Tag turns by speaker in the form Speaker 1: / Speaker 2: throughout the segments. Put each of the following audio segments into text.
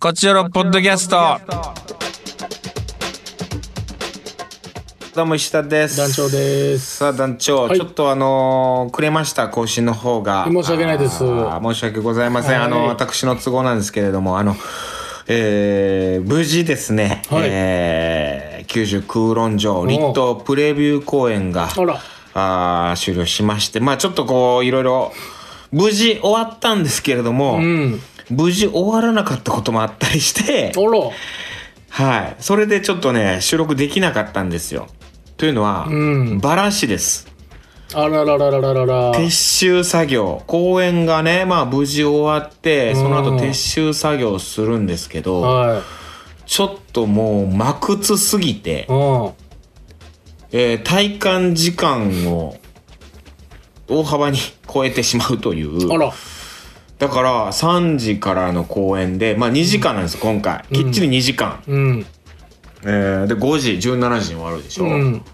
Speaker 1: こちらのポッドキャスト。どうも石田です。
Speaker 2: 団長です。
Speaker 1: さあ団長、
Speaker 2: い
Speaker 1: ちょっとあのーくれました更新の方が
Speaker 2: 申し訳ないです
Speaker 1: あー申し訳ございません、
Speaker 2: はい
Speaker 1: あの私の都合なんですけれどもあの、えー無事ですね、
Speaker 2: はい
Speaker 1: えー九州空論城立東プレビュー公演が
Speaker 2: あら
Speaker 1: あー終了しましてまあちょっとこういろいろ無事終わったんですけれども、
Speaker 2: うん。
Speaker 1: 無事終わらなかったこともあったりして
Speaker 2: あら。
Speaker 1: はい。それでちょっとね、収録できなかったんですよ。というのは、
Speaker 2: うん
Speaker 1: バラシです。
Speaker 2: あららららららら。
Speaker 1: 撤収作業。公演がね、まあ無事終わって、
Speaker 2: うん
Speaker 1: その後撤収作業するんですけど、
Speaker 2: は
Speaker 1: ちょっともう、まくつすぎて
Speaker 2: い。、う
Speaker 1: えー体感時間を大幅に 超えてしまうとい
Speaker 2: ん。あ
Speaker 1: う。
Speaker 2: ら。
Speaker 1: だから、3時からの公演で、まあ2時間なんですよ、今回。きっちり2時間。
Speaker 2: うん。
Speaker 1: えーで、5時、17時に終わるでしょ。
Speaker 2: うん。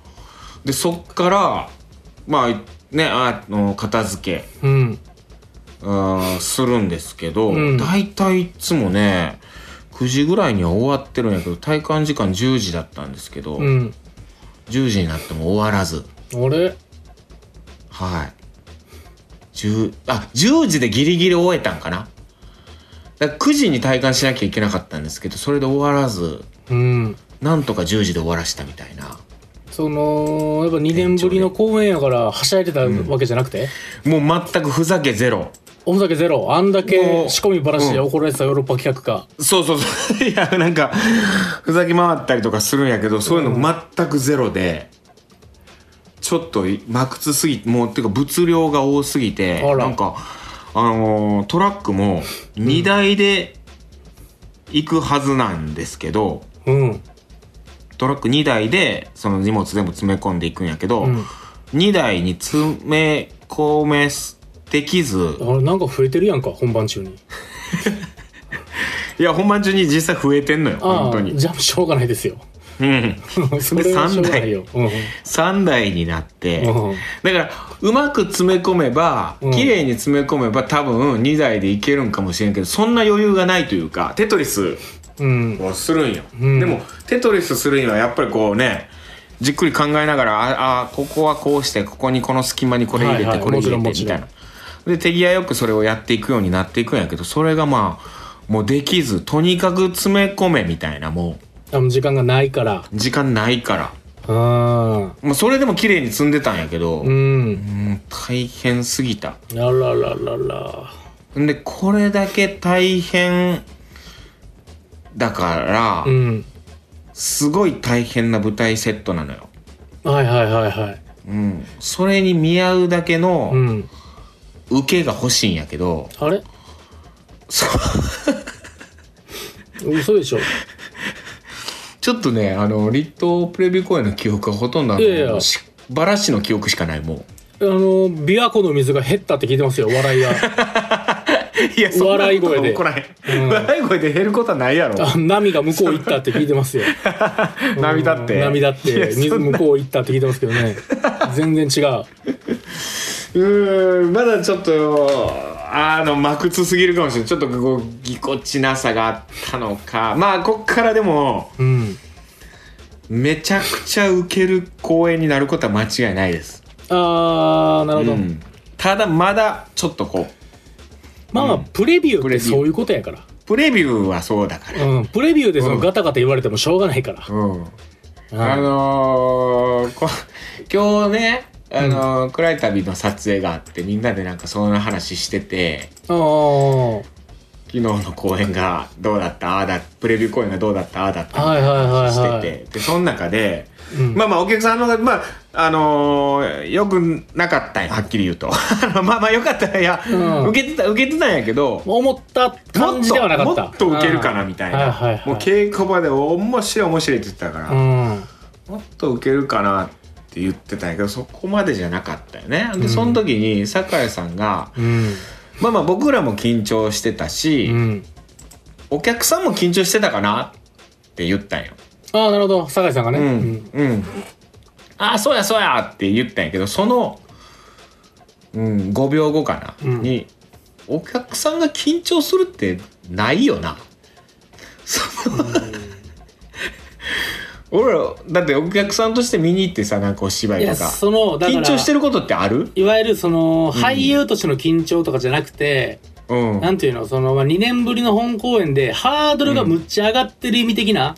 Speaker 1: でそっからまあねあの片付け
Speaker 2: うん。
Speaker 1: あーするんですけど、
Speaker 2: うん
Speaker 1: 大体いつもね9時ぐらいには終わってるんやけど体感時間10時だったんですけど、
Speaker 2: うん。
Speaker 1: 10時になっても終わらず
Speaker 2: あれ
Speaker 1: はい10あ10時でギリギリ終えたんかなだから9時に体感しなきゃいけなかったんですけどそれで終わらず
Speaker 2: うん。
Speaker 1: なんとか10時で終わらしたみたいな
Speaker 2: その、やっぱ2年ぶりの公演やから、はしゃいでたわけじゃなくて、
Speaker 1: もう全くふざけゼロ
Speaker 2: おふざけゼロ。あんだ
Speaker 1: もう
Speaker 2: け仕込みばらしで
Speaker 1: うん
Speaker 2: 怒られてたヨーロッパ企画か。
Speaker 1: そうそうそう。 いや、なんか、ふざけ回ったりとかするんやけど、そういうの全くゼロで、ちょっと、まくつすぎ、もう、てか、物量が多すぎて、
Speaker 2: あら
Speaker 1: なんか、あのートラックも、荷台で行くはずなんですけど、
Speaker 2: うん。
Speaker 1: トラック2台で、その荷物全部詰め込んでいくんやけど、
Speaker 2: うん。
Speaker 1: 2台に詰め込めできず、
Speaker 2: あれ、なんか増えてるやんか、本番中に。
Speaker 1: いや、本番中に実際増えてんのよ、
Speaker 2: あ
Speaker 1: 本当
Speaker 2: あ、
Speaker 1: に。
Speaker 2: じゃあしょうがないですよ。
Speaker 1: うん。
Speaker 2: それはしょうがないよ。うん。
Speaker 1: 3台になって、
Speaker 2: うん
Speaker 1: だからうまく詰め込めば
Speaker 2: うん
Speaker 1: 綺麗に詰め込めば多分2台でいけるんかもしれんけどそんな余裕がないというかテトリス
Speaker 2: うん。
Speaker 1: をするんよ、
Speaker 2: うん
Speaker 1: でもテトリスするにはやっぱりこうねじっくり考えながらああここはこうしてここにこの隙間にこれ入れて、
Speaker 2: はいはい
Speaker 1: これ入れて
Speaker 2: もち
Speaker 1: み
Speaker 2: ろ
Speaker 1: たい
Speaker 2: ん
Speaker 1: なで手際よくそれをやっていくようになっていくんやけどそれがまあもうできずとにかく詰め込めみたいなも
Speaker 2: あの時間がないから。
Speaker 1: う時間ないから、
Speaker 2: うん。
Speaker 1: まあ、それでも綺麗に積んでたんやけど、
Speaker 2: うん。
Speaker 1: うん大変すぎた
Speaker 2: あらららら。
Speaker 1: んでこれだけ大変だから、
Speaker 2: うん。
Speaker 1: すごい大変な舞台セットなのよ、
Speaker 2: はいはいはいはい。
Speaker 1: うん、それに見合うだけ
Speaker 2: う
Speaker 1: の
Speaker 2: ん。
Speaker 1: 受けが欲しいんやけど、
Speaker 2: あれ
Speaker 1: そう
Speaker 2: 嘘でしょ
Speaker 1: ちょっとねあの立東プレビュー公演の記憶がほとんどあの
Speaker 2: いやいや
Speaker 1: しバラシの記憶しかないも
Speaker 2: あの、琵琶湖の水が減ったって聞いてますよ、笑 いが。
Speaker 1: ういやそんな
Speaker 2: 笑い
Speaker 1: こと
Speaker 2: 声で
Speaker 1: 起こらへん、笑い声で減ることはないやろ
Speaker 2: あ波が向こう行ったって聞いてますよ。
Speaker 1: 涙って
Speaker 2: うん 波だっ
Speaker 1: いや
Speaker 2: て、
Speaker 1: そんな
Speaker 2: 水向こう行ったって聞いてますけどね。全然違う。
Speaker 1: うーんまだちょっとあのまくつすぎるかもしれないちょっとこうぎこちなさがあったのかまあこっからでも
Speaker 2: うん。
Speaker 1: めちゃくちゃウケる公演になることは間違いないです、
Speaker 2: あー、なるほど。
Speaker 1: うんただまだちょっとこう
Speaker 2: まあまあ、プレビューってそういうことやから。
Speaker 1: プレビューはそうだから、
Speaker 2: うん。プレビューでそ
Speaker 1: うん
Speaker 2: のガタガタ言われてもしょうがないから。
Speaker 1: うん、あ
Speaker 2: はい
Speaker 1: のーこ今日ねあのー暗い旅の撮影があってみんなでなんかそんな話してて
Speaker 2: あー。
Speaker 1: 昨日の公演がどうだったああだプレビュー公演がどうだったああだった
Speaker 2: はいはいはいはい
Speaker 1: しててでその中で、
Speaker 2: うん
Speaker 1: まあまあお客さんの方がまああのー、よくなかったんよはっきり言うと あのまあまあよかったいや、
Speaker 2: うん
Speaker 1: 受けてた受けてたんやけど
Speaker 2: 思った
Speaker 1: も
Speaker 2: 感
Speaker 1: っ
Speaker 2: じではな
Speaker 1: と
Speaker 2: か
Speaker 1: も
Speaker 2: った。
Speaker 1: っと受けるかなみたいな、
Speaker 2: はいはいはい
Speaker 1: もう稽古場で面白い面白いって言ってたから、
Speaker 2: うん。
Speaker 1: もっと受けるかなって言ってたんやけどそこまでじゃなかったよねでその時に酒井さんが、
Speaker 2: うん。
Speaker 1: まあまあ僕らも緊張してたし、
Speaker 2: うん。
Speaker 1: お客さんも緊張してたかなって言ったんよ。
Speaker 2: ああ、なるほど。酒井さんがね。
Speaker 1: う
Speaker 2: うん。
Speaker 1: ん。うん。ああ、そうやそうやって言ったんやけど、その、うん、5秒後かな、
Speaker 2: うん
Speaker 1: に、お客さんが緊張するってないよな。 俺らだってお客さんとして見に行ってさなんかお芝
Speaker 2: い
Speaker 1: 居
Speaker 2: や
Speaker 1: とか
Speaker 2: そのだから
Speaker 1: 緊張してることってある
Speaker 2: いわゆるその俳優としての緊張とかじゃなくて、
Speaker 1: うん
Speaker 2: なんていうのそのまあ2年ぶりの本公演でハードルがむっちゃ上がってる意味的な、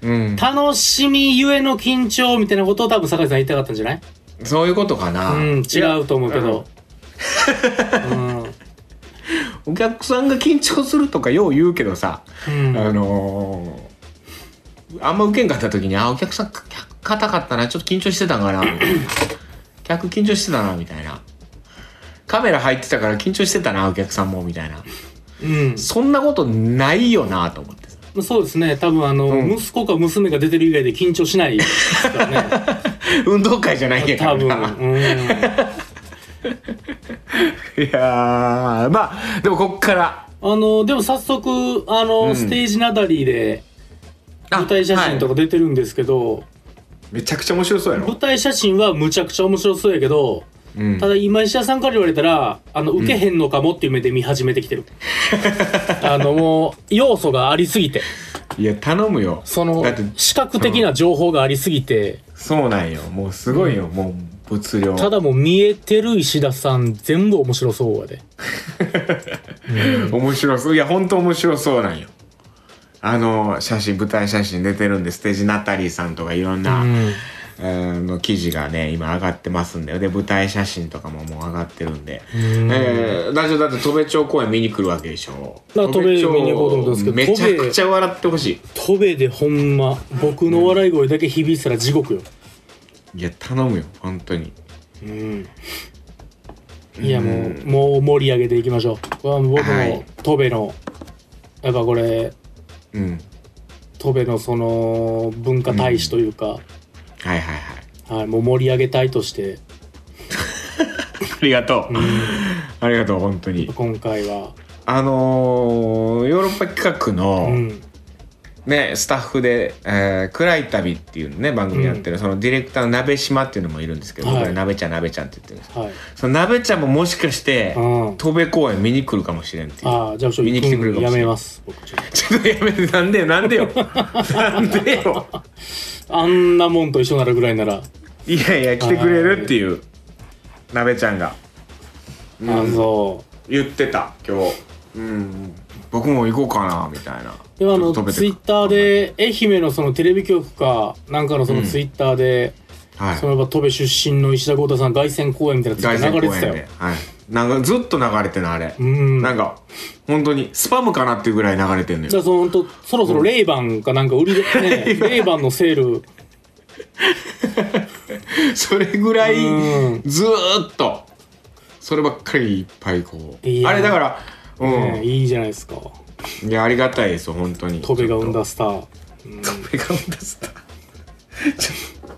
Speaker 1: うん
Speaker 2: 楽しみゆえの緊張みたいなことを多分酒井さん言いたかったんじゃない
Speaker 1: そういうことかな
Speaker 2: うん
Speaker 1: いや
Speaker 2: 違うと思うけど、うん
Speaker 1: お客さんが緊張するとかよう言 うけどさ
Speaker 2: うん
Speaker 1: あのーあんま受けんかった時に、あ、お客さん、客硬かったな、ちょっと緊張してたんかな、みたいな客緊張してたな、みたいな。カメラ入ってたから緊張してたな、お客さんも、みたいな。
Speaker 2: うん
Speaker 1: そんなことないよな、と思ってさ。
Speaker 2: まあそうですね多分あの、
Speaker 1: うん
Speaker 2: 息子か娘が出てる以外で緊張しないですから
Speaker 1: 運動会じゃ ないん
Speaker 2: ね
Speaker 1: やか
Speaker 2: 多
Speaker 1: ら
Speaker 2: 分、
Speaker 1: な。
Speaker 2: うん、
Speaker 1: いやー、まあ、でもこっから。
Speaker 2: あのでも早速あの、
Speaker 1: うん
Speaker 2: ステージなだりで
Speaker 1: あ
Speaker 2: 舞台写真と
Speaker 1: は
Speaker 2: か出てるんですけど、
Speaker 1: いめちゃくちゃ面白そうやろ
Speaker 2: 舞。台写真はむちゃくちゃ面白そうやけど
Speaker 1: うん
Speaker 2: ただ今石田さんから言われたらあの受けへんのかもっていう目で見始めてきてる、あのもう要素がありすぎて
Speaker 1: いや、頼むよ。
Speaker 2: その
Speaker 1: だって
Speaker 2: 視覚的な情報がありすぎて、
Speaker 1: そうなんよ。もうすごいよ、もう、物量。
Speaker 2: ただもう見えてる石田さん全部面白そうやで
Speaker 1: 面白そういや本当面白そうなんよあの写真舞台写真出てるんでステージナタリーさんとかいろんな、
Speaker 2: うん
Speaker 1: あの記事がね今上がってますんでで舞台写真とかももう上がってるんで、えー、大丈夫だって戸部町公演見に来るわけでしょ
Speaker 2: だから戸部見に行こうと思ってるんですけど
Speaker 1: めちゃくちゃ笑ってほしい
Speaker 2: 戸部でほんま僕の笑い声だけ響いてたら地獄よ、
Speaker 1: いや頼むよ本当に
Speaker 2: うんいやもう、もう盛り上げていきましょうこれはもう僕
Speaker 1: はい
Speaker 2: も戸部のやっぱこれ
Speaker 1: うん
Speaker 2: 戸部のその文化大使というか、
Speaker 1: はいはいはい
Speaker 2: はい、もう盛り上げ隊として
Speaker 1: ありがとう、ありがとう本当に
Speaker 2: 今回は、
Speaker 1: あのーヨーロッパ企画の、
Speaker 2: うん、
Speaker 1: ね、スタッフで「えー、暗い旅」っていうね番組やってる、そのディレクターの鍋島っていうのもいるんですけど、
Speaker 2: はい
Speaker 1: 僕ら鍋ちゃん鍋ちゃんって言ってるんです
Speaker 2: はい
Speaker 1: その鍋ちゃんももしかして
Speaker 2: うん
Speaker 1: 戸部公園見に来るかもしれんっていう
Speaker 2: ああじゃあちょっ
Speaker 1: 見に来てくれる
Speaker 2: と
Speaker 1: かも
Speaker 2: や
Speaker 1: しれない
Speaker 2: めます僕ちょっ
Speaker 1: ちょっとやめてなんでよなんでよなんでよ
Speaker 2: とあんなもんと一緒なるぐらいなら、
Speaker 1: いやいや来てくれるっていう鍋ちゃんが、うん
Speaker 2: あそう
Speaker 1: 言ってた今日、うん、僕も行こうかなみたいな
Speaker 2: であの
Speaker 1: ちょっと
Speaker 2: ツ
Speaker 1: 飛べ
Speaker 2: イッ
Speaker 1: て
Speaker 2: ターで愛媛のそのテレビ局かなんかのそのツイッターで、
Speaker 1: はい
Speaker 2: そのやっぱ戸部出身の石田豪太さん凱旋公演みたいなツイ
Speaker 1: 凱
Speaker 2: ッター
Speaker 1: 旋
Speaker 2: 流れ
Speaker 1: 公
Speaker 2: てた
Speaker 1: 園
Speaker 2: よ
Speaker 1: で、はい、なんかずっと流れてるのあれ、
Speaker 2: うん
Speaker 1: なんか本当にスパムかなっていうぐらい流れてんの
Speaker 2: じゃ
Speaker 1: よ
Speaker 2: あそのほんとそろそろレイバンかなんか売りで、ね、レイバンのセール
Speaker 1: それぐらい
Speaker 2: うん
Speaker 1: ずーっとそればっかりいっぱいこ
Speaker 2: いうや
Speaker 1: あれだからうん、
Speaker 2: ねいいじゃないですか
Speaker 1: いやありがたいですよ本当に
Speaker 2: 戸部が生んだ
Speaker 1: ち
Speaker 2: スターうん
Speaker 1: ょっと戸部が生んだスターちょっ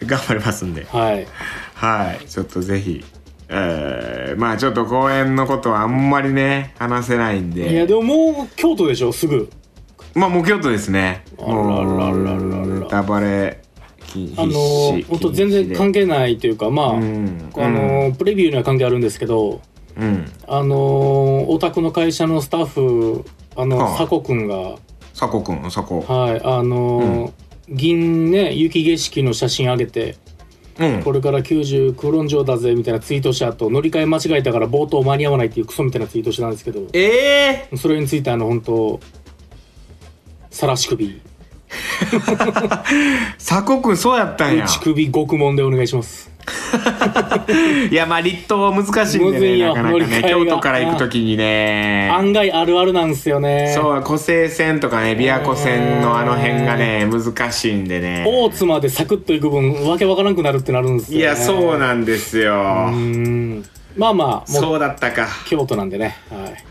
Speaker 1: と頑張りますんで
Speaker 2: はい
Speaker 1: はいちょっとぜひえー、まあちょっと公演のことはあんまりね話せないんで
Speaker 2: いやでももう京都でしょすぐ
Speaker 1: まあもう京都ですね。
Speaker 2: あららららら
Speaker 1: もうネタバレ禁止。
Speaker 2: あのー、ほんと全然関係ないというかまあ、
Speaker 1: うん
Speaker 2: あのープレビューには関係あるんですけど
Speaker 1: うん。
Speaker 2: あのーお宅の会社のスタッフあの、
Speaker 1: はい
Speaker 2: 佐古くんが
Speaker 1: 佐古くん、佐古。
Speaker 2: はいあのー銀ね雪景色の写真上げて
Speaker 1: うん
Speaker 2: こ。れから90クロン城だぜみたいなツイートした後乗り換え間違えたから冒頭間に合わないっていうクソみたいなツイートしてたんですけど
Speaker 1: ええ
Speaker 2: それについてあの本当晒し首
Speaker 1: ー、佐古くんそうやったんや。
Speaker 2: 内首獄門でお願いします
Speaker 1: いや、まあ立冬難しいんで
Speaker 2: むずい
Speaker 1: ね、な
Speaker 2: よ
Speaker 1: かなか
Speaker 2: 乗り換え
Speaker 1: ね、
Speaker 2: が
Speaker 1: 京都から行くときにね。
Speaker 2: 案外あるあるなんですよね
Speaker 1: そう、湖西線とかね、琵琶湖線のあの辺がね、難しいんでね。
Speaker 2: 大津までサクッといく分わけわからなくなるってなるんです
Speaker 1: い
Speaker 2: よ、ね、
Speaker 1: や、そうなんですよ
Speaker 2: う。んまあまあもう
Speaker 1: そうだったか。
Speaker 2: 京都なんでねはい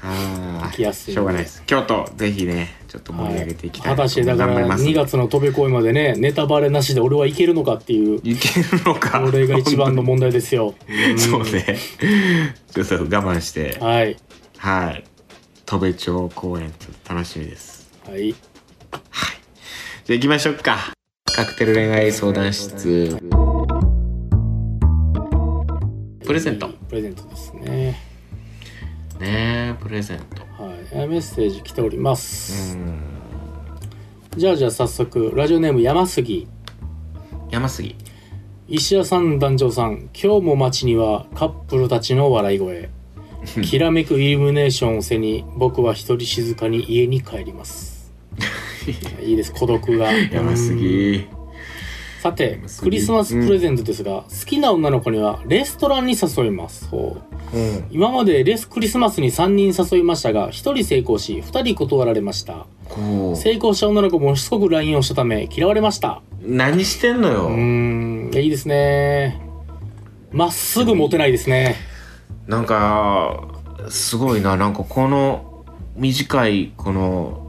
Speaker 1: あ
Speaker 2: きやすいんで
Speaker 1: しょうがないです。京都、ぜひね、ちょっと盛り上げていきたい
Speaker 2: 果
Speaker 1: な
Speaker 2: た
Speaker 1: と
Speaker 2: して
Speaker 1: 思い
Speaker 2: だか
Speaker 1: 頑張り
Speaker 2: ら
Speaker 1: ます
Speaker 2: 2月の飛び越えまでねネタバレなしで俺はいけるのかっていう
Speaker 1: いけるのか。
Speaker 2: これが一番の問題ですよう ん
Speaker 1: そうね。ちょっと我慢して、
Speaker 2: はい
Speaker 1: はい。戸部町公演、ちょっと楽しみです。
Speaker 2: はい
Speaker 1: じゃあ行きましょうか。カクテル恋愛相談室。プレゼント。
Speaker 2: プレゼントですね
Speaker 1: ねえ、プレゼント。
Speaker 2: はいメッセージ来ておりま
Speaker 1: う
Speaker 2: す、
Speaker 1: ん。
Speaker 2: じゃあじゃあ早速ラジオネーム山杉
Speaker 1: 山杉
Speaker 2: 石田さん団長さん今日も街にはカップルたちの笑 い声きらめくイルミネーションを背に僕は一人静かに家に帰ります いいです孤独が
Speaker 1: 山杉
Speaker 2: さて
Speaker 1: 山杉
Speaker 2: クリスマスプレゼントですが、好きな女の子にはレストランに誘いますほう
Speaker 1: うん
Speaker 2: 今までレスクリスマスに3人誘いましたが1人成功し2人断られました
Speaker 1: こう
Speaker 2: 成功した女の子もしつこく LINE をしたため嫌われました
Speaker 1: 何してんの
Speaker 2: うー
Speaker 1: よ
Speaker 2: んいいですねまっすぐモテないですね
Speaker 1: なんかすごいななんかこの短いこの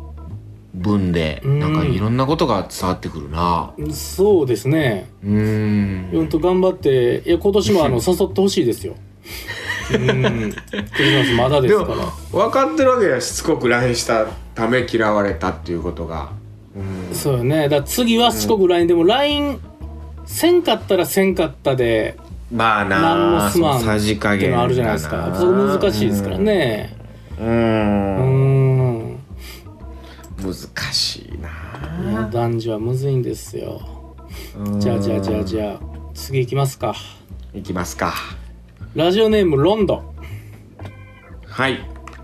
Speaker 1: 文で
Speaker 2: うん
Speaker 1: なんかいろんなことが伝わってくるな
Speaker 2: そうですね
Speaker 1: うー
Speaker 2: ほん
Speaker 1: ん
Speaker 2: と頑張っていや今年も あの誘ってほしいですようーんクリスマスまだで
Speaker 1: ですも
Speaker 2: から
Speaker 1: 分かってるわけだしつこく LINE したため嫌われたっていうことがうん
Speaker 2: そうよねだから次はしつこく LINE でも LINE せんかったらせんかったで
Speaker 1: まあ
Speaker 2: 何
Speaker 1: な
Speaker 2: も
Speaker 1: あ
Speaker 2: す
Speaker 1: そ
Speaker 2: まん
Speaker 1: の
Speaker 2: っ
Speaker 1: さじ加
Speaker 2: ていう
Speaker 1: 減
Speaker 2: のあるじゃないですかそれ難しいですからね
Speaker 1: うん
Speaker 2: う
Speaker 1: う
Speaker 2: ー
Speaker 1: ん
Speaker 2: ん
Speaker 1: 難しい
Speaker 2: いや
Speaker 1: な
Speaker 2: 男女はむずいんですよじゃあじゃあじゃあじ
Speaker 1: ゃ
Speaker 2: ゃあ次行きますか
Speaker 1: いきますか
Speaker 2: ラジオネームロンドン
Speaker 1: はい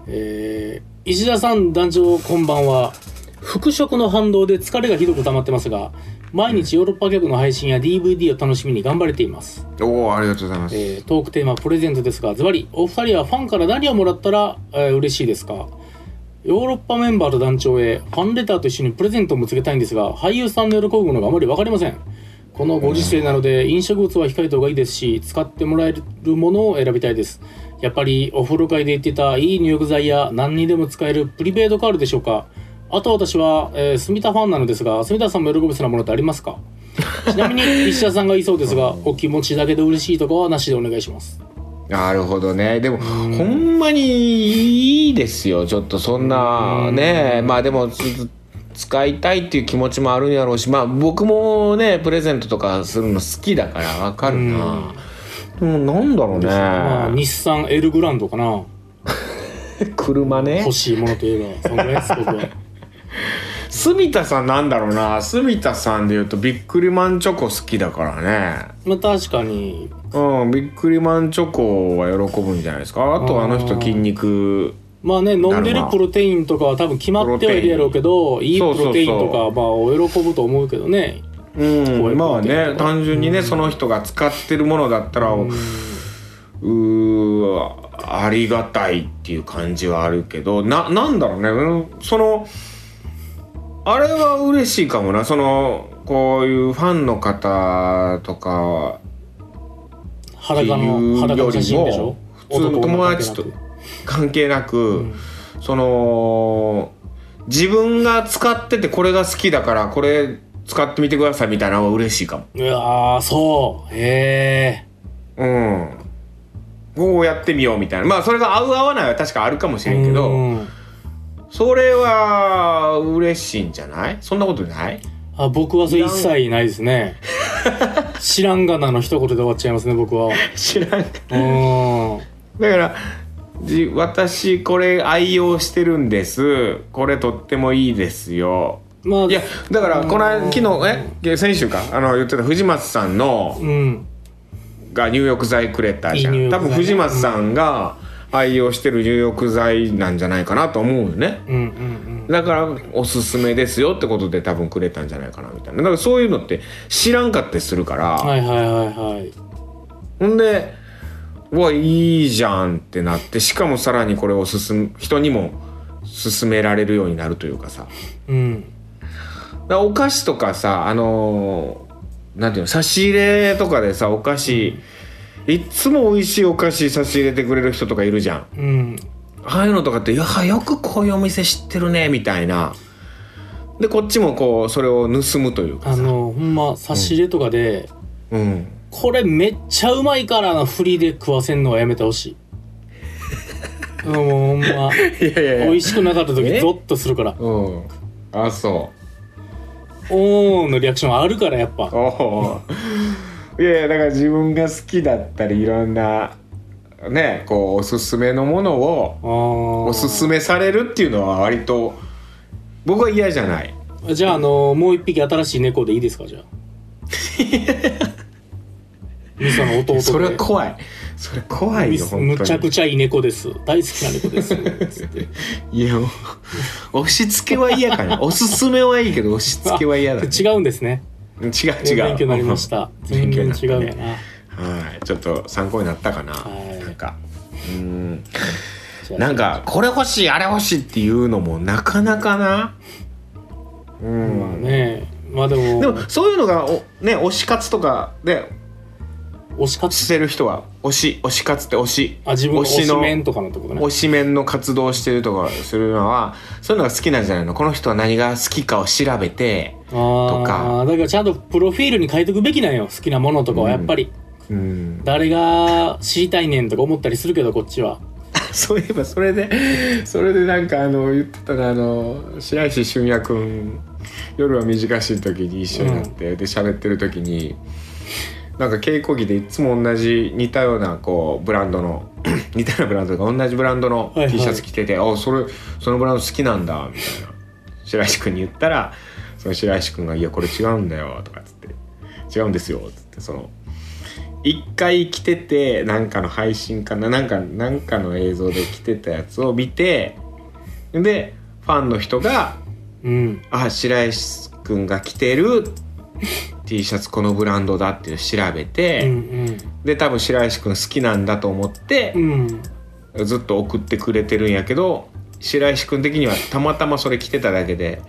Speaker 2: えー石田さん団長こんばんは復職の反動で疲れがひどく溜まってますが毎日ヨーロッパ客の配信や DVD を楽しみに頑張れています、
Speaker 1: おおありがとうございます
Speaker 2: えートークテーマプレゼントですがズバリお二人はファンから何をもらったら、えー嬉しいですかヨーロッパメンバーと団長へファンレターと一緒にプレゼントもつけたいんですが俳優さんの喜ぶものがあまり分かりませんこのご時世なので飲食物は控えた方がいいですし使ってもらえるものを選びたいですやっぱりお風呂会で言ってたいい入浴剤や何にでも使えるプリペイドカードでしょうかあと私は、えー、住田ファンなのですが住田さんも喜ぶそうなものってありますかちなみに石田さんが言いそうですがお気持ちだけで嬉しいとかはなしでお願いします
Speaker 1: なるほどねでもほんまにいいですよちょっとそんなねまあでもちょっと使いたいっていう気持ちもあるんやろうしまあ僕もねプレゼントとかするの好きだからわかるなでもなんだろうね、
Speaker 2: まあ、日産エルグランドかな
Speaker 1: 車ね
Speaker 2: 欲しいものといえばそんぐらい です僕は
Speaker 1: 住田さんなんだろうな住田さんで言うとビックリマンチョコ好きだからね
Speaker 2: まあ確かに
Speaker 1: うんビックリマンチョコは喜ぶんじゃないですかあとあの人筋肉
Speaker 2: まあね飲んでるプロテインとかは多分決まってはいるやろうけどいいプ
Speaker 1: そうそうそう
Speaker 2: ロテインとかはまあお喜ぶと思うけどね
Speaker 1: うんまあね単純にね、
Speaker 2: うん
Speaker 1: その人が使ってるものだったら、う
Speaker 2: うん
Speaker 1: ーありがたいっていう感じはあるけどななんだろうねうんそのあれは嬉しいかもなそのこういうファンの方とかってい
Speaker 2: 裸の
Speaker 1: う
Speaker 2: 裸
Speaker 1: よ
Speaker 2: の写
Speaker 1: り
Speaker 2: 真でしょ
Speaker 1: も普通の友達と関係なく、
Speaker 2: うん
Speaker 1: その自分が使っててこれが好きだからこれ使ってみてくださいみたいなのは嬉しいかも。
Speaker 2: うわーそうへえ
Speaker 1: うん。こうやってみようみたいな。まあそれが合う合わないは確かあるかもしれんけど、それは嬉しいんじゃないそんなことない
Speaker 2: あ僕はそれ一切ないで すね知らんがなの一言で終わっちゃいますね僕は
Speaker 1: 知らん。
Speaker 2: うん
Speaker 1: だから、じ私これ愛用してるんです。これとってもいいですよ。
Speaker 2: まあ
Speaker 1: いや、だから、この間、昨日、え、先週か、あの、言ってた藤松さんの、
Speaker 2: うん
Speaker 1: が入浴剤くれたじゃん
Speaker 2: いい入浴
Speaker 1: 多
Speaker 2: 剤ね
Speaker 1: 分藤松さんが愛用してる入浴剤なんじゃないかなと思うよね、
Speaker 2: うんうん
Speaker 1: だからおすすめですよってことで多分くれたんじゃないかなみたいなだからそういうのって知らんかったりするから、
Speaker 2: うんはいはいはいはい
Speaker 1: ほんでうわいいじゃんってなってしかもさらにこれをすす人にも勧められるようになるというかさ
Speaker 2: うん
Speaker 1: だからお菓子とかさあのーなんていうの差し入れとかでさお菓子いっつも美味しいお菓子差し入れてくれる人とかいるじゃん
Speaker 2: うん
Speaker 1: ああいうのとかっていやよくこういうお店知ってるねみたいなでこっちもこうそれを盗むというか
Speaker 2: あ
Speaker 1: さ、
Speaker 2: のほんま差し入れとかで、
Speaker 1: うん、
Speaker 2: これめっちゃうまいからの振りで食わせんのはやめてほしいうん もうほんま
Speaker 1: いやいやいや
Speaker 2: 美味しくなかった時
Speaker 1: え
Speaker 2: ゾッとするから
Speaker 1: うんあそ
Speaker 2: 「おーん」のリアクションあるからやっぱ
Speaker 1: うおーいやいやだから自分が好きだったりいろんなねこうおすすめのものを
Speaker 2: お
Speaker 1: おすすめされるっていうのは割と僕は嫌じゃない
Speaker 2: じゃあ、あのもう一匹新しい猫でいいですかじゃあ。ミソの弟で。
Speaker 1: それは怖いそれ怖い
Speaker 2: ミ
Speaker 1: よ
Speaker 2: ソ
Speaker 1: 本当に
Speaker 2: むちゃくちゃいい猫です。大好きな猫です。つって
Speaker 1: いやもう押し付けは嫌かなおすすめはいいけど押し付けは嫌だ、ね、
Speaker 2: 違うんですね。
Speaker 1: 違う違う
Speaker 2: 勉強になりました。全
Speaker 1: 勉強
Speaker 2: 然
Speaker 1: に
Speaker 2: 違
Speaker 1: なったね
Speaker 2: うよな。
Speaker 1: はいちょっと参考になったかな、
Speaker 2: はい
Speaker 1: なんかうん
Speaker 2: じゃあ
Speaker 1: なんかこれ欲しいあれ欲しいっていうのもなかなかなうん、
Speaker 2: まあね、まあでも、
Speaker 1: でもそういうのがおね推し活とかで
Speaker 2: 推し活
Speaker 1: してる人は推し推し活って推し
Speaker 2: あ自分の
Speaker 1: 推
Speaker 2: 推
Speaker 1: し
Speaker 2: し
Speaker 1: の
Speaker 2: 面とかのってことね
Speaker 1: 推しメンの活動をしてるとかするのはそういうのが好きなんじゃないのこの人は何が好きかを調べて
Speaker 2: と
Speaker 1: とか
Speaker 2: だからちゃんとプロフィールに書いておくべきなんよ好きなものとかはやっぱり、
Speaker 1: うん
Speaker 2: 誰が知りたいねんとか思ったりするけどこっちは
Speaker 1: そういえばそれでそれでなんかあの言ってたらあの白石俊也くん夜は短しい時に一緒になって、で喋ってる時になんか稽古着でいつも同じ似たようなこうブランドの 似たようなブランドが同じブランドの
Speaker 2: はいはい
Speaker 1: T シャツ着てて「あそれそのブランド好きなんだ」みたいな白石くんに言ったらその白石くんが「いやこれ違うんだよ」とかっつって「違うんですよ」っつってその。一回着ててなんかの配信かななんかなんかの映像で着てたやつを見てでファンの人が
Speaker 2: うん
Speaker 1: 「あ白石くんが着てる T シャツこのブランドだ」っていうのを調べ
Speaker 2: うんう
Speaker 1: て、
Speaker 2: ん
Speaker 1: で多分白石くん好きなんだと思って
Speaker 2: う、ん
Speaker 1: ずっと送ってくれてるんやけど白石くん的にはたまたまそれ着てただけで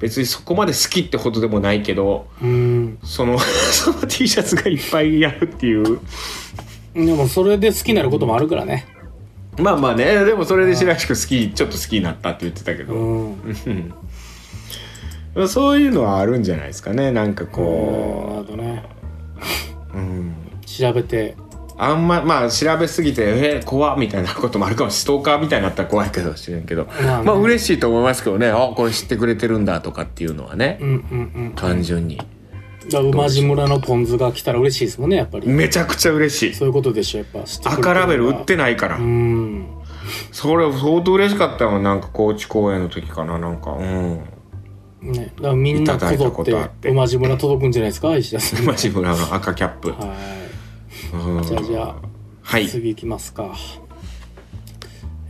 Speaker 1: 別にそこまで好きってほどでもないけど
Speaker 2: うん
Speaker 1: その その T シャツがいっぱいあるっていう。
Speaker 2: でもそれで好きになることもあるからね
Speaker 1: まあまあねでもそれで白石君好きちょっと好きになったって言ってたけ
Speaker 2: う
Speaker 1: ど、
Speaker 2: ん、
Speaker 1: うんそういうのはあるんじゃないですかねなんか
Speaker 2: うん
Speaker 1: こ
Speaker 2: あとね
Speaker 1: う、うん、
Speaker 2: 調べて
Speaker 1: あんままあ調べすぎて「え怖っ」みたいなこともあるかもしれないストーカーみたいになったら怖いけどしれんけど
Speaker 2: まあね
Speaker 1: まあ嬉しいと思いますけどねあこれ知ってくれてるんだとかっていうのはね
Speaker 2: うんうん
Speaker 1: 単純に
Speaker 2: うんだ馬路村のポン酢が来たら嬉しいですもんねやっぱり
Speaker 1: めちゃくちゃ嬉しい
Speaker 2: そういうことでしょやっぱ知ってくれてる
Speaker 1: 赤ラベル売ってないから、
Speaker 2: うん
Speaker 1: それ相当嬉しかったもんなんか高知公演の時かななんかうん
Speaker 2: ねだからみんなこ
Speaker 1: いただいた
Speaker 2: ぞ
Speaker 1: こ
Speaker 2: っ
Speaker 1: とあってて
Speaker 2: 馬路村届くんじゃないです か石田さん
Speaker 1: マジ村の赤キャップ、
Speaker 2: はい
Speaker 1: うん
Speaker 2: じゃあじゃあ
Speaker 1: はい
Speaker 2: 次いきますか、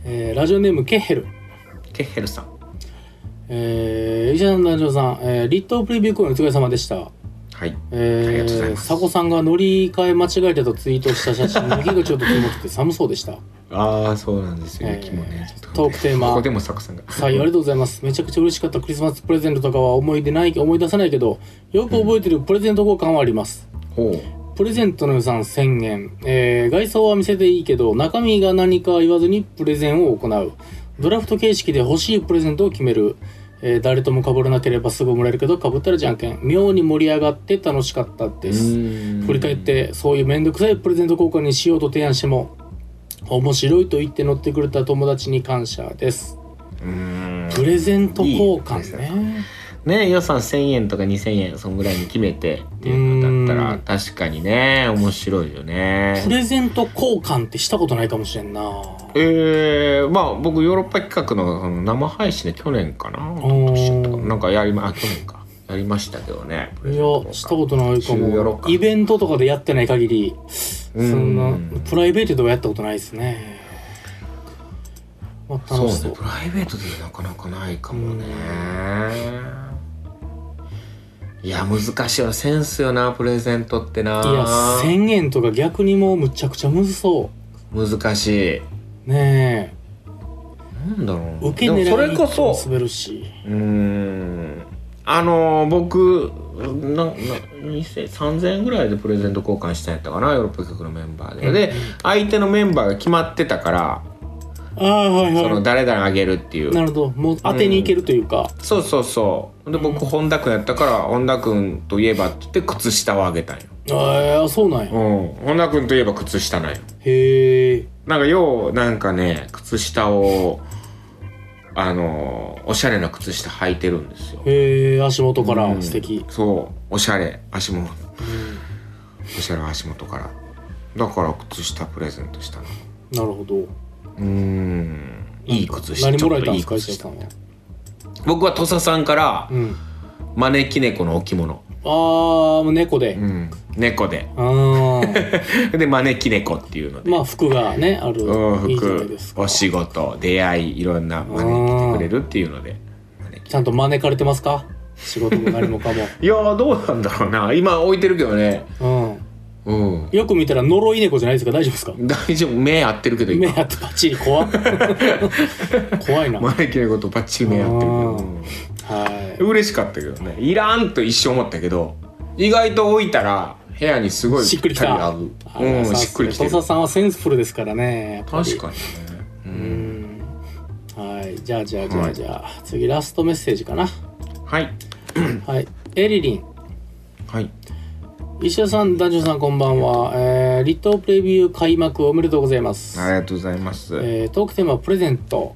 Speaker 2: えーラジオネームケッヘル
Speaker 1: ケッヘルさん
Speaker 2: えー、石田さん団長さん、えー、立東プレビュー公演お疲れ様でした
Speaker 1: はいあり
Speaker 2: え
Speaker 1: がとうござい
Speaker 2: ー、
Speaker 1: ます
Speaker 2: 佐古さんが乗り換え間違えたとツイートした写真雪がちょっとキモくて寒そうでした
Speaker 1: ああそうなんですよ、
Speaker 2: えー
Speaker 1: 雪もねちょっと
Speaker 2: トークテーマ
Speaker 1: ここでもサクさんが
Speaker 2: はい、ありがとうございます。めちゃくちゃ嬉しかったクリスマスプレゼントとかは思い出ない、思い出さないけど、よく覚えてるプレゼント交換はあります。
Speaker 1: ほ
Speaker 2: プレゼントの予算1000円、えー外装は見せていいけど中身が何か言わずにプレゼンを行うドラフト形式で欲しいプレゼントを決める、えー誰とも被らなければすぐもらえるけど被ったらじゃんけん妙に盛り上がって楽しかった
Speaker 1: う
Speaker 2: です振
Speaker 1: 振
Speaker 2: り返ってそういうめんどくさいプレゼント交換にしようと提案しても面白いと言って乗ってくれた友達に感謝です
Speaker 1: うーん
Speaker 2: プレゼント交換ね
Speaker 1: ね予算1000円とか2000円そんぐらいに決めてっていうのだ
Speaker 2: うーん
Speaker 1: ったら確かにね面白いよね
Speaker 2: プレゼント交換ってしたことないかもしれんな
Speaker 1: えー、まあ僕ヨーロッパ企画のあの生配信で去年かな
Speaker 2: おー
Speaker 1: なんかやりまあ去年かやりましたけどね
Speaker 2: いや、したことないか
Speaker 1: 週やろ
Speaker 2: も
Speaker 1: う。か
Speaker 2: イベントとかでやってない限り、そ
Speaker 1: うん
Speaker 2: んな、プライベートではやったことないですね。まあ、
Speaker 1: そう
Speaker 2: 楽
Speaker 1: ね
Speaker 2: しそう。
Speaker 1: プライベートでなかなかないかもね、いや難しいよセンスよなプレゼントってない
Speaker 2: や、1000円とか逆にもうむちゃくちゃむずそ。
Speaker 1: 難しいう
Speaker 2: ね
Speaker 1: なんだろ
Speaker 2: え。
Speaker 1: う
Speaker 2: 受け
Speaker 1: で
Speaker 2: 狙い
Speaker 1: もそれこそ
Speaker 2: 一本滑るし。
Speaker 1: うーんあのー僕なな2000 3000円ぐらいでプレゼント交換したんやったかなヨーロッパ局のメンバーで、で相手のメンバーが決まってたから
Speaker 2: ああ、はい
Speaker 1: その
Speaker 2: は
Speaker 1: 誰々あげるっていう
Speaker 2: い。なるほど。もう当てにいけるというか。
Speaker 1: そうそうそうで僕本田君やったから本田君といえばって言って靴下をあげたんよ
Speaker 2: ああ、そうなんや。
Speaker 1: うん本田君といえば靴下なんよ
Speaker 2: へえ。
Speaker 1: なんかようなんかね靴下をあのおしゃれな靴下履いてるんですよ
Speaker 2: へえ、足元から素敵。
Speaker 1: そうおしゃれ足元おしゃれ足元からだから靴下プレゼントしたの
Speaker 2: なるほど。
Speaker 1: うーんいい靴下
Speaker 2: 何もらえたん
Speaker 1: ちょっとい
Speaker 2: で
Speaker 1: い
Speaker 2: す
Speaker 1: 靴
Speaker 2: か、石田
Speaker 1: 下
Speaker 2: さんは。
Speaker 1: 僕は土佐さんから
Speaker 2: うん。
Speaker 1: 招き猫の置物、
Speaker 2: あーもう猫で
Speaker 1: うん、猫で
Speaker 2: あー
Speaker 1: で招き猫っていうので、
Speaker 2: まあ服がねある
Speaker 1: うん、
Speaker 2: いいじゃない
Speaker 1: 服
Speaker 2: ですか
Speaker 1: お仕事出会いいろんな招いてくれるっていうので招き
Speaker 2: ちゃんと招かれてますか仕事も何もか
Speaker 1: いやーどうなんだろうな今置いてるけどね
Speaker 2: も
Speaker 1: うん
Speaker 2: うんよく見たら呪い猫じゃないですか大丈夫ですか
Speaker 1: 大丈夫目合ってるけど
Speaker 2: 目
Speaker 1: 今
Speaker 2: あってバッチリ怖っ 怖いなは
Speaker 1: 招き猫とバッチリ目合ってるけど
Speaker 2: う、ん
Speaker 1: うん嬉しかったけどねいらんと一瞬思ったけど意外と置いたら部屋にすごい
Speaker 2: いしっくりきた
Speaker 1: 合ううん
Speaker 2: あ
Speaker 1: しっくりきてる
Speaker 2: 土佐さんはセンスフルですからねやっぱり
Speaker 1: 確かにね、う、
Speaker 2: うんんはいじゃあじゃあじゃ
Speaker 1: は
Speaker 2: あ
Speaker 1: い
Speaker 2: じゃあ、次ラストメッセージかな
Speaker 1: はい
Speaker 2: はいエリリン
Speaker 1: はい
Speaker 2: 石田さん男女さんこんばんは、えー、リトプレビュー開幕おめでとうございます
Speaker 1: ありがとうございます、
Speaker 2: えートークテーマはプレゼント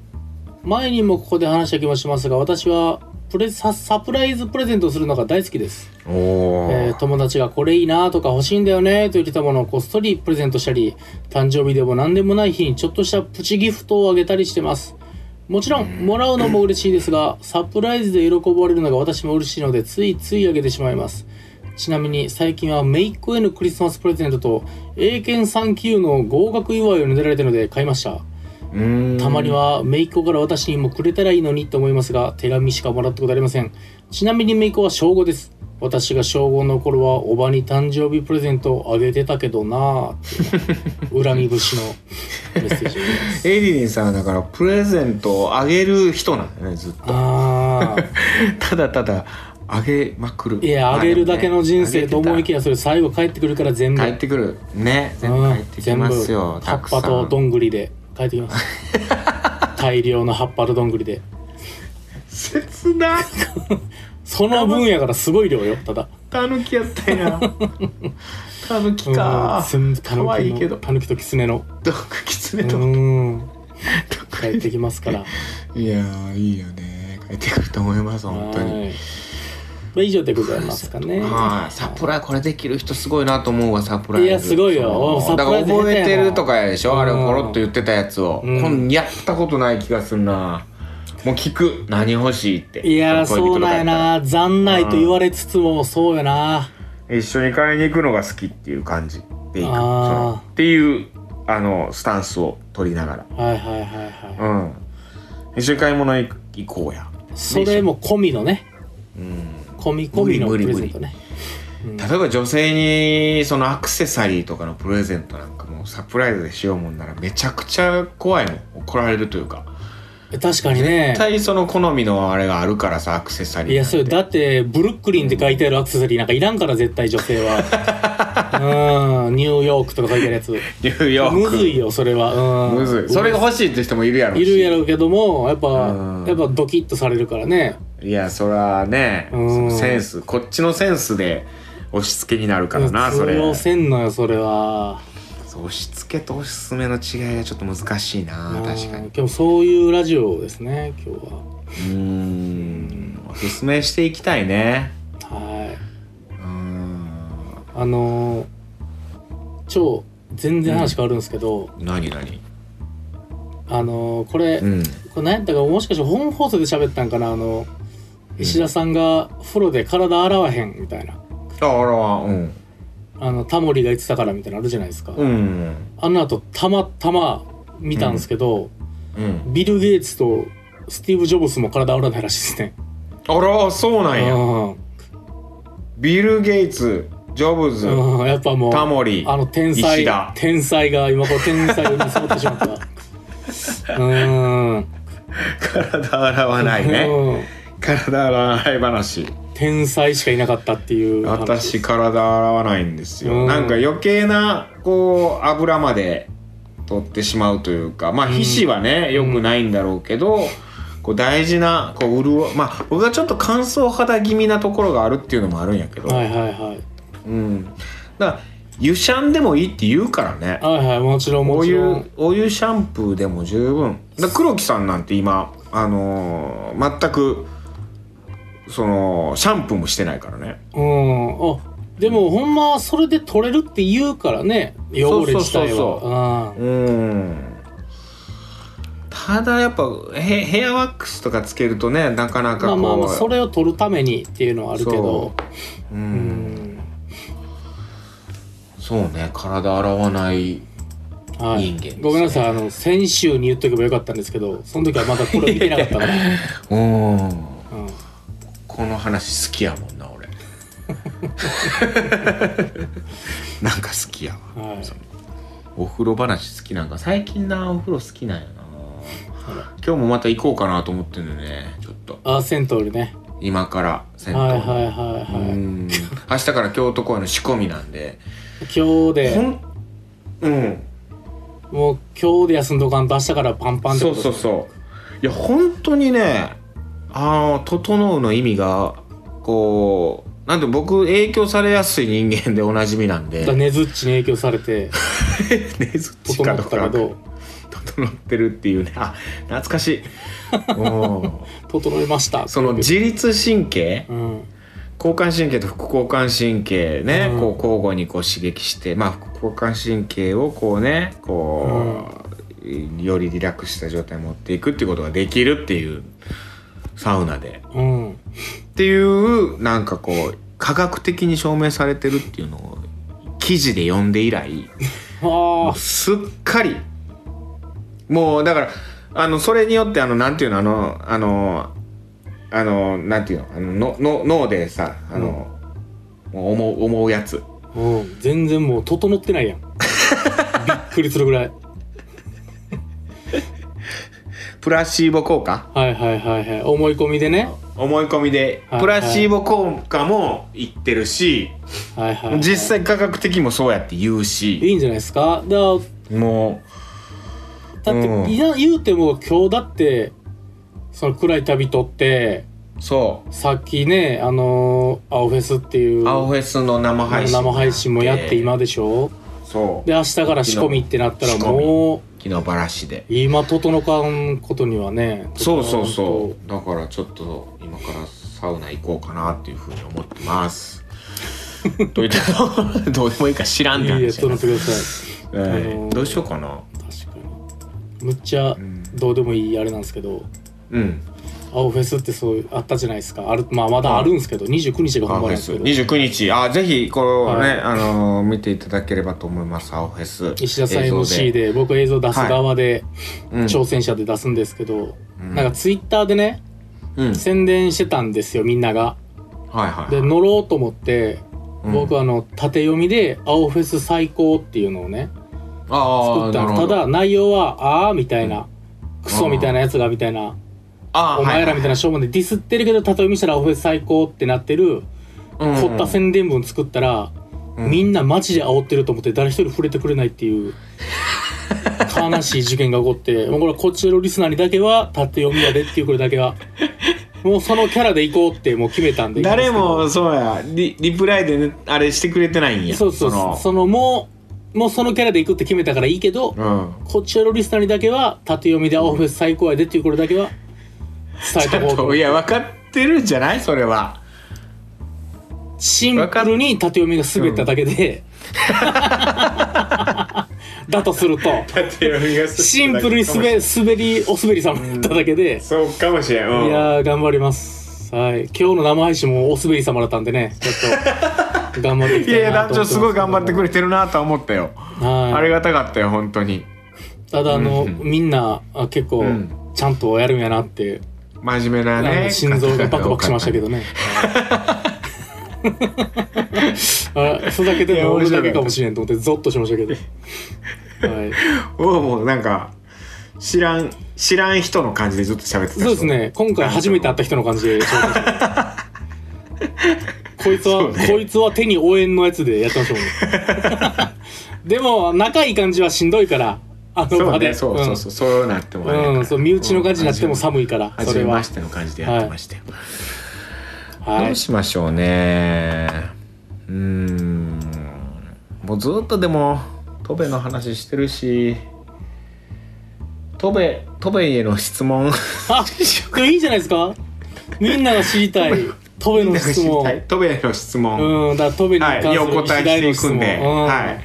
Speaker 2: 前にもここで話した気もしますが私はプレササプライズプレゼントをするのが大好きです、
Speaker 1: おお、
Speaker 2: えー友達がこれいいなとか欲しいんだよねと言ってたものをこっそりプレゼントしたり誕生日でも何でもない日にちょっとしたプチギフトをあげたりしてますもちろんもらうのも嬉しいですがサプライズで喜ばれるのが私も嬉しいのでついついあげてしまいますちなみに最近はめいっ子へのクリスマスプレゼントと英検3級の合格祝いをねだられたので買いました
Speaker 1: うーん
Speaker 2: たまには姪っ子から私にもくれたらいいのにと思いますが手紙しかもらったことありませんちなみに姪っ子は小5です私が小5の頃はおばに誕生日プレゼントをあげてたけどなあって いう恨み節のメッセージです
Speaker 1: エリリンさんはだからプレゼントをあげる人なんだよねずっと
Speaker 2: ああ
Speaker 1: ただただあげまくる
Speaker 2: いやあげるだけの人生と思いきやそれ最後帰ってくるから全部
Speaker 1: 帰ってくるね全
Speaker 2: う
Speaker 1: 部
Speaker 2: ん
Speaker 1: 帰ってきますよ
Speaker 2: 全
Speaker 1: た
Speaker 2: 部
Speaker 1: く
Speaker 2: 葉
Speaker 1: さ
Speaker 2: っぱ
Speaker 1: ん
Speaker 2: とどんぐりで帰ってきます 大量の葉っぱとどんぐりで
Speaker 1: 切な
Speaker 2: その分やからすごい量よただ
Speaker 1: たぬきやったん やたぬきか
Speaker 2: うん全部
Speaker 1: かわいいけど
Speaker 2: たぬきとキツネの
Speaker 1: どっかきつねと
Speaker 2: うん帰ってきます から
Speaker 1: いやーいいよね帰ってくると思います本当に
Speaker 2: はいまあ以上でございますかね
Speaker 1: はいサプライズこれできる人すごいなと思うわサプライズ
Speaker 2: いやすごいよお
Speaker 1: そう
Speaker 2: サプ
Speaker 1: だ
Speaker 2: ラ
Speaker 1: から
Speaker 2: イズ下手やな
Speaker 1: 覚えてるとかやでし
Speaker 2: うん
Speaker 1: ょあれをコロッと言ってたやつを
Speaker 2: うん
Speaker 1: 今やったことない気がするなもう聞く何欲しいって
Speaker 2: いや
Speaker 1: 恋
Speaker 2: ー
Speaker 1: 人
Speaker 2: そう
Speaker 1: とか
Speaker 2: なんや
Speaker 1: ったら
Speaker 2: な残ないと言われつつもそうよな
Speaker 1: 一緒に買いに行くのが好きっていう感じでいく
Speaker 2: あー
Speaker 1: そのっていうあのスタンスを取りなが
Speaker 2: はいはいはいは
Speaker 1: らうん一緒に買い物行こうや
Speaker 2: いそれも込みのね
Speaker 1: うん
Speaker 2: 込み込みのプ
Speaker 1: 無理
Speaker 2: レ
Speaker 1: 無
Speaker 2: ゼ
Speaker 1: 理
Speaker 2: ントねうん
Speaker 1: 例えば女性にそのアクセサリーとかのプレゼントなんかもうサプライズでしようもんならめちゃくちゃ怖いもん怒られるというか
Speaker 2: 確かにね
Speaker 1: 絶対その好みのあれがあるからさアクセサリー
Speaker 2: いやそ
Speaker 1: なん
Speaker 2: れ
Speaker 1: て
Speaker 2: だってブルックリンって書いてあるアクセサリーなんかいらんから絶対女性 はうんニューヨークとか書いてあるやつ
Speaker 1: ニューヨー
Speaker 2: む
Speaker 1: ク
Speaker 2: ずいよそれはうん
Speaker 1: むずいそれが欲しいって人もいるやろ
Speaker 2: いるや
Speaker 1: ろ
Speaker 2: ろうけどもやっぱ
Speaker 1: うん
Speaker 2: やっぱドキッとされるからね
Speaker 1: いやそらねそ
Speaker 2: うん
Speaker 1: のセンスこっちのセンスで押し付けになるからなそれ
Speaker 2: 通用せんのよそれは
Speaker 1: そう押し付けと押し進めの違いがちょっと難しいな
Speaker 2: うん
Speaker 1: 確かに
Speaker 2: 今日そういうラジオですね今日
Speaker 1: うーんおすすめしていきたいね
Speaker 2: ははいう
Speaker 1: ーん
Speaker 2: あのー超全然話変わるんですけど、
Speaker 1: 何何
Speaker 2: あのーこれ、
Speaker 1: うん
Speaker 2: これ何やったかもしかして本放送で喋ったんかなあの石田さんが風呂で体洗わへんみたいな
Speaker 1: あ俺はうん
Speaker 2: あのタモリが言ってたからみたいなのあるじゃないですか、
Speaker 1: うん
Speaker 2: あの後たまたま見たんですけど、
Speaker 1: うん
Speaker 2: ビル・ゲイツとスティーブ・ジョブスも体洗わないらしいですね。
Speaker 1: あらそうな
Speaker 2: うん
Speaker 1: や
Speaker 2: ん
Speaker 1: ビル・ゲイツジョブズ
Speaker 2: うん、やっぱもう、
Speaker 1: タモリ
Speaker 2: あの天
Speaker 1: 石
Speaker 2: 才
Speaker 1: 田、
Speaker 2: 天才が、今こう天才を見つまってしま った。うん。
Speaker 1: 体洗わないね
Speaker 2: うん
Speaker 1: 体洗わない話
Speaker 2: 天才しかいなかったっていう話。
Speaker 1: 私体洗わないんです
Speaker 2: う
Speaker 1: よ
Speaker 2: ん
Speaker 1: なんか余計なこう油まで取ってしまうというかまあ皮脂はね良くないんだろうけどこう大事なこう潤いまあ僕はちょっと乾燥肌気味なところがあるっていうのもあるんやけど
Speaker 2: はいはいはい。
Speaker 1: うんだから湯シャンでもいいって言うからね
Speaker 2: はいはい、もちろんも
Speaker 1: お
Speaker 2: ち
Speaker 1: 湯
Speaker 2: ろん。
Speaker 1: お湯シャンプーでも十分だ黒木さんなんて今あのー全くそのシャンプーもしてないからね
Speaker 2: うん。あでもほんまはそれで取れるって言うからね、汚れ自体
Speaker 1: そうそ
Speaker 2: は。
Speaker 1: うそう
Speaker 2: うん
Speaker 1: うん肌やっぱヘヘアワックスとかつけるとねなかなかこ
Speaker 2: まあ
Speaker 1: う、
Speaker 2: まあまあそれを取るためにっていうのはあるけど
Speaker 1: う
Speaker 2: うんん
Speaker 1: そうね体洗わない
Speaker 2: はい
Speaker 1: 人間ですね
Speaker 2: ごめんなさいあの先週に言っとけばよかったんですけどその時はまだこれ見てなかっ たから、
Speaker 1: うん
Speaker 2: うん
Speaker 1: この話好きやもんな俺 なんか好きやわ
Speaker 2: はい、
Speaker 1: お風呂話好きなんか最近なお風呂好きなんやな
Speaker 2: ほら
Speaker 1: 今日もまた行こうかなと思ってんのよねちょっと
Speaker 2: あ銭湯にね
Speaker 1: 今から銭湯
Speaker 2: はいはいはいは
Speaker 1: う
Speaker 2: い
Speaker 1: ん明日から京都公演の仕込みなんで、
Speaker 2: 今日
Speaker 1: ほ
Speaker 2: で
Speaker 1: んうん
Speaker 2: もう今日で休んどかんと明日からパンパンって
Speaker 1: そ
Speaker 2: こ
Speaker 1: う
Speaker 2: と
Speaker 1: そうそういや本当にねあの「整う」の意味がこうなんて僕影響されやすい人間でおなじみなん
Speaker 2: だ
Speaker 1: で
Speaker 2: から根ずっちに影響されて
Speaker 1: ねずっち
Speaker 2: 整
Speaker 1: か
Speaker 2: っ
Speaker 1: ど
Speaker 2: た
Speaker 1: う
Speaker 2: け
Speaker 1: か
Speaker 2: ど
Speaker 1: 整ってるっていうねあ懐かしい うん
Speaker 2: 整いました
Speaker 1: その自律神経
Speaker 2: うん
Speaker 1: 交感神経と副交感神経ね、
Speaker 2: うん
Speaker 1: こう交互にこう刺激して、まあ、副交感神経をこうねこう、よりリラックスした状態に持っていくっていうことができるっていうサウナで
Speaker 2: うん
Speaker 1: っていうなんかこう科学的に証明されてるっていうのを記事で読んで以来も
Speaker 2: あ
Speaker 1: うすっかりもうだからあのそれによってあのなんていうのあのあのあのなんていうのあののの脳でさあの、もう思う思うやつ
Speaker 2: あうん全然もう整っ てないやんびっくりするぐらい
Speaker 1: プラシーボ効果
Speaker 2: はいはいはいはい思い込みでね
Speaker 1: 思い込みで
Speaker 2: はい
Speaker 1: プラシーボ効果も言ってるし、
Speaker 2: はいはい、はい、
Speaker 1: 実際科学的にもそうやって言うし
Speaker 2: いいんじゃないですかだか
Speaker 1: も
Speaker 2: らだって、
Speaker 1: うん
Speaker 2: いや言うても今日だってその暗い旅とって
Speaker 1: うそう
Speaker 2: さっきねあのー青フェスっていう
Speaker 1: 青フェスの生配信
Speaker 2: 生配信もやって今でしょ
Speaker 1: そう
Speaker 2: で明日から仕込みってなったら
Speaker 1: 仕込み
Speaker 2: もう
Speaker 1: 昨日ばらしで
Speaker 2: 今整かんことにはね
Speaker 1: そうそうそうだからちょっと今からサウナ行こうかなっていうふうに思ってます といったらどうでもいいか知らん
Speaker 2: い
Speaker 1: って
Speaker 2: やいや
Speaker 1: 話や
Speaker 2: 整
Speaker 1: な
Speaker 2: ってくださ
Speaker 1: はい
Speaker 2: あのー
Speaker 1: どうしようかない
Speaker 2: 確かにむっちゃ
Speaker 1: うん、
Speaker 2: どうでもいいあれなんですけど
Speaker 1: うん、
Speaker 2: 青フェスってそうあったじゃないですかあるまあまだあるんですけど29日が
Speaker 1: ア
Speaker 2: 本番
Speaker 1: オフ
Speaker 2: なん
Speaker 1: ェ
Speaker 2: です
Speaker 1: ス
Speaker 2: けど
Speaker 1: 29日あぜひこれをね、
Speaker 2: はい
Speaker 1: あのー見ていただければと思いますアオフェス
Speaker 2: 石田さん
Speaker 1: 映像
Speaker 2: MC で僕は映像出す側で、
Speaker 1: うん
Speaker 2: 挑戦者で出すんですけど、
Speaker 1: うん
Speaker 2: なんかツイッターでね
Speaker 1: うんはい
Speaker 2: 宣伝してたんですよみんなが。
Speaker 1: はい
Speaker 2: で乗ろうと思って
Speaker 1: うん
Speaker 2: 僕あの縦読みで「青フェス最高」っていうのをね
Speaker 1: あ
Speaker 2: 作
Speaker 1: あ
Speaker 2: った
Speaker 1: なる
Speaker 2: の
Speaker 1: ほど
Speaker 2: ただ内容は「あー」みたいな「クソ」
Speaker 1: あー
Speaker 2: みたいなやつがみたいな「
Speaker 1: あー
Speaker 2: お前ら」みたいな
Speaker 1: は
Speaker 2: しょうもないディスってるけど縦読みしたら「青フェス最高」ってなってる
Speaker 1: いはい
Speaker 2: 凝った宣伝文作ったら
Speaker 1: うん
Speaker 2: みんなマジで煽ってると思って誰一人触れてくれないっていう悲しい事件が起こって もうこれはこっちのリスナーにだけは縦読みやでっていうこれだけはもうそのキャラで行こうってもう決めたん
Speaker 1: うん
Speaker 2: で
Speaker 1: 誰もそうやリリプライでねあれしてくれてないんや
Speaker 2: そうそうそ
Speaker 1: の
Speaker 2: のもうもうそのキャラで行くって決めたからいいけど、
Speaker 1: うん
Speaker 2: こっちのリスナーにだけは縦読みで「青フェス最高やで」っていうこれだけは伝
Speaker 1: ち
Speaker 2: えと
Speaker 1: ょ
Speaker 2: こ
Speaker 1: っ
Speaker 2: うと
Speaker 1: といや分かってるんじゃないそれは
Speaker 2: シンプルに縦読みが滑っただけで、 だとするとシンプルに滑滑りお滑りさまだっただけで、
Speaker 1: そうかもしれん、うん
Speaker 2: いやー頑張りますはい今日の生配信もお滑り様だったんでねちょっと頑張っていき
Speaker 1: いやい
Speaker 2: たい
Speaker 1: や
Speaker 2: なと思ってま
Speaker 1: 団長
Speaker 2: す
Speaker 1: すごい頑張ってく
Speaker 2: れ
Speaker 1: れてるなとは思ったよ、あ
Speaker 2: はい
Speaker 1: りがたかったよ本当に
Speaker 2: ただあの、
Speaker 1: うん
Speaker 2: みんなあ結構、
Speaker 1: うん
Speaker 2: ちゃんとやるんやなって、
Speaker 1: 真面目な
Speaker 2: あの
Speaker 1: ね
Speaker 2: 心臓がバクバクしました けどねあふざけてるの俺だけかもしれんと思ってゾッとしましたけど、はい、
Speaker 1: おうもうなんか知らん知らん人の感じでずっと喋ってた
Speaker 2: そうですね今回初めて会った人の感 じで紹介しますこいつ
Speaker 1: そ
Speaker 2: は、
Speaker 1: うね
Speaker 2: こいつは手に応援のやつでやってましょうね でも仲いい感じはしんどいからあの
Speaker 1: そう
Speaker 2: 場で
Speaker 1: ねそうそうそう、そうなっても
Speaker 2: うんうんそう身内の感じになっても
Speaker 1: い
Speaker 2: 寒いからそ
Speaker 1: 初
Speaker 2: れ
Speaker 1: め
Speaker 2: は
Speaker 1: ましての感じでやってましたよ、
Speaker 2: は
Speaker 1: ど
Speaker 2: いう
Speaker 1: しましょうねうーんもうずっとでも戸辺の話してるし戸辺戸辺への質問
Speaker 2: あこれいいじゃないですかみんなが知 りたい戸辺の 質問
Speaker 1: 戸辺への質問、
Speaker 2: うんだから戸辺に関
Speaker 1: はい
Speaker 2: する
Speaker 1: 横
Speaker 2: 石
Speaker 1: 対
Speaker 2: 田
Speaker 1: し
Speaker 2: へ
Speaker 1: て
Speaker 2: の
Speaker 1: い
Speaker 2: 質
Speaker 1: くん
Speaker 2: 問
Speaker 1: で、
Speaker 2: うん
Speaker 1: はい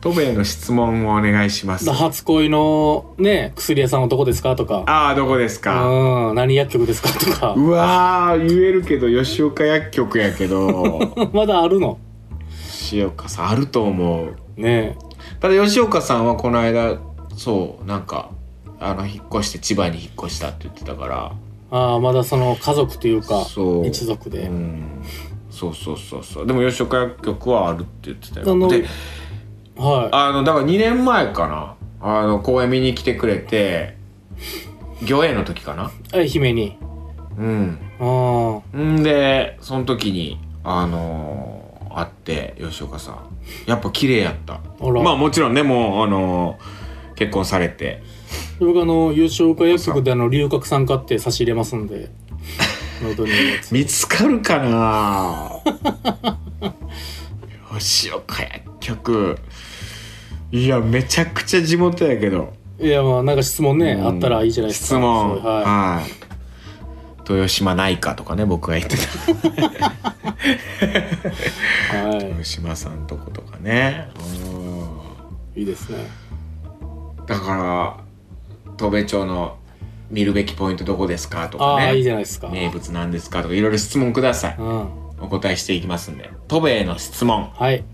Speaker 1: トメへの質問をお願いします
Speaker 2: だ初恋のね薬屋さんはどこですかとか
Speaker 1: ああどこですか
Speaker 2: うん何薬局ですかとか
Speaker 1: うわー言えるけど吉岡薬局やけど
Speaker 2: まだあるの
Speaker 1: 吉岡さんあると思う
Speaker 2: ね
Speaker 1: ただ吉岡さんはこの間そうなんかあの引っ越して千葉に引っ越したって言ってたから
Speaker 2: ああまだその家族というか
Speaker 1: そう
Speaker 2: 一族で、
Speaker 1: うんそうそうそうそうでも吉岡薬局はあるって言ってた
Speaker 2: あの
Speaker 1: よで
Speaker 2: は
Speaker 1: あのだから2年前かなあの公演見に来てくれて魚影の時かない
Speaker 2: 愛媛に
Speaker 1: うん
Speaker 2: あ
Speaker 1: んでその時にあのー会って吉岡さんやっぱ綺麗やった
Speaker 2: あら
Speaker 1: まあもちろんねもうあのー結婚されて
Speaker 2: あで僕あの吉岡薬局であの龍角散買って差し入れますんで喉にやつ
Speaker 1: 見つかるかな 吉岡薬局いやめちゃくちゃ地元やけど
Speaker 2: いやまあなんか質問ね、
Speaker 1: うん
Speaker 2: あったらいいじゃないですか
Speaker 1: 質問
Speaker 2: そうは
Speaker 1: はい豊島ないかとかね僕が言って た
Speaker 2: い、は
Speaker 1: 豊島さんとことかねうん
Speaker 2: い、いいですね
Speaker 1: だから戸部町の見るべきポイントどこですかと
Speaker 2: あ
Speaker 1: か
Speaker 2: あ、いいじ
Speaker 1: ね
Speaker 2: ゃないですか、
Speaker 1: 名物なんですかとかいろいろ質問ください
Speaker 2: うん
Speaker 1: お答えしていきますんで戸部への質問
Speaker 2: はい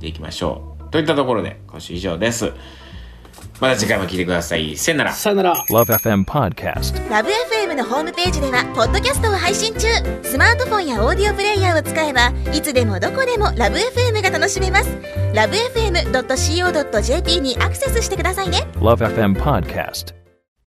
Speaker 1: でいきましょうといったところで今週以上ですまた次回も聞いてくださいせんなら
Speaker 2: さよなら
Speaker 3: Love FM Podcast.
Speaker 4: ラブ f m のホームページではポッドキャストを配信中スマートフォンやオーディオプレイヤーを使えばいつでもどこでもラブ f m が楽しめますラブ FM.co.jp にアクセスしてくださいね
Speaker 3: Love FM Podcast.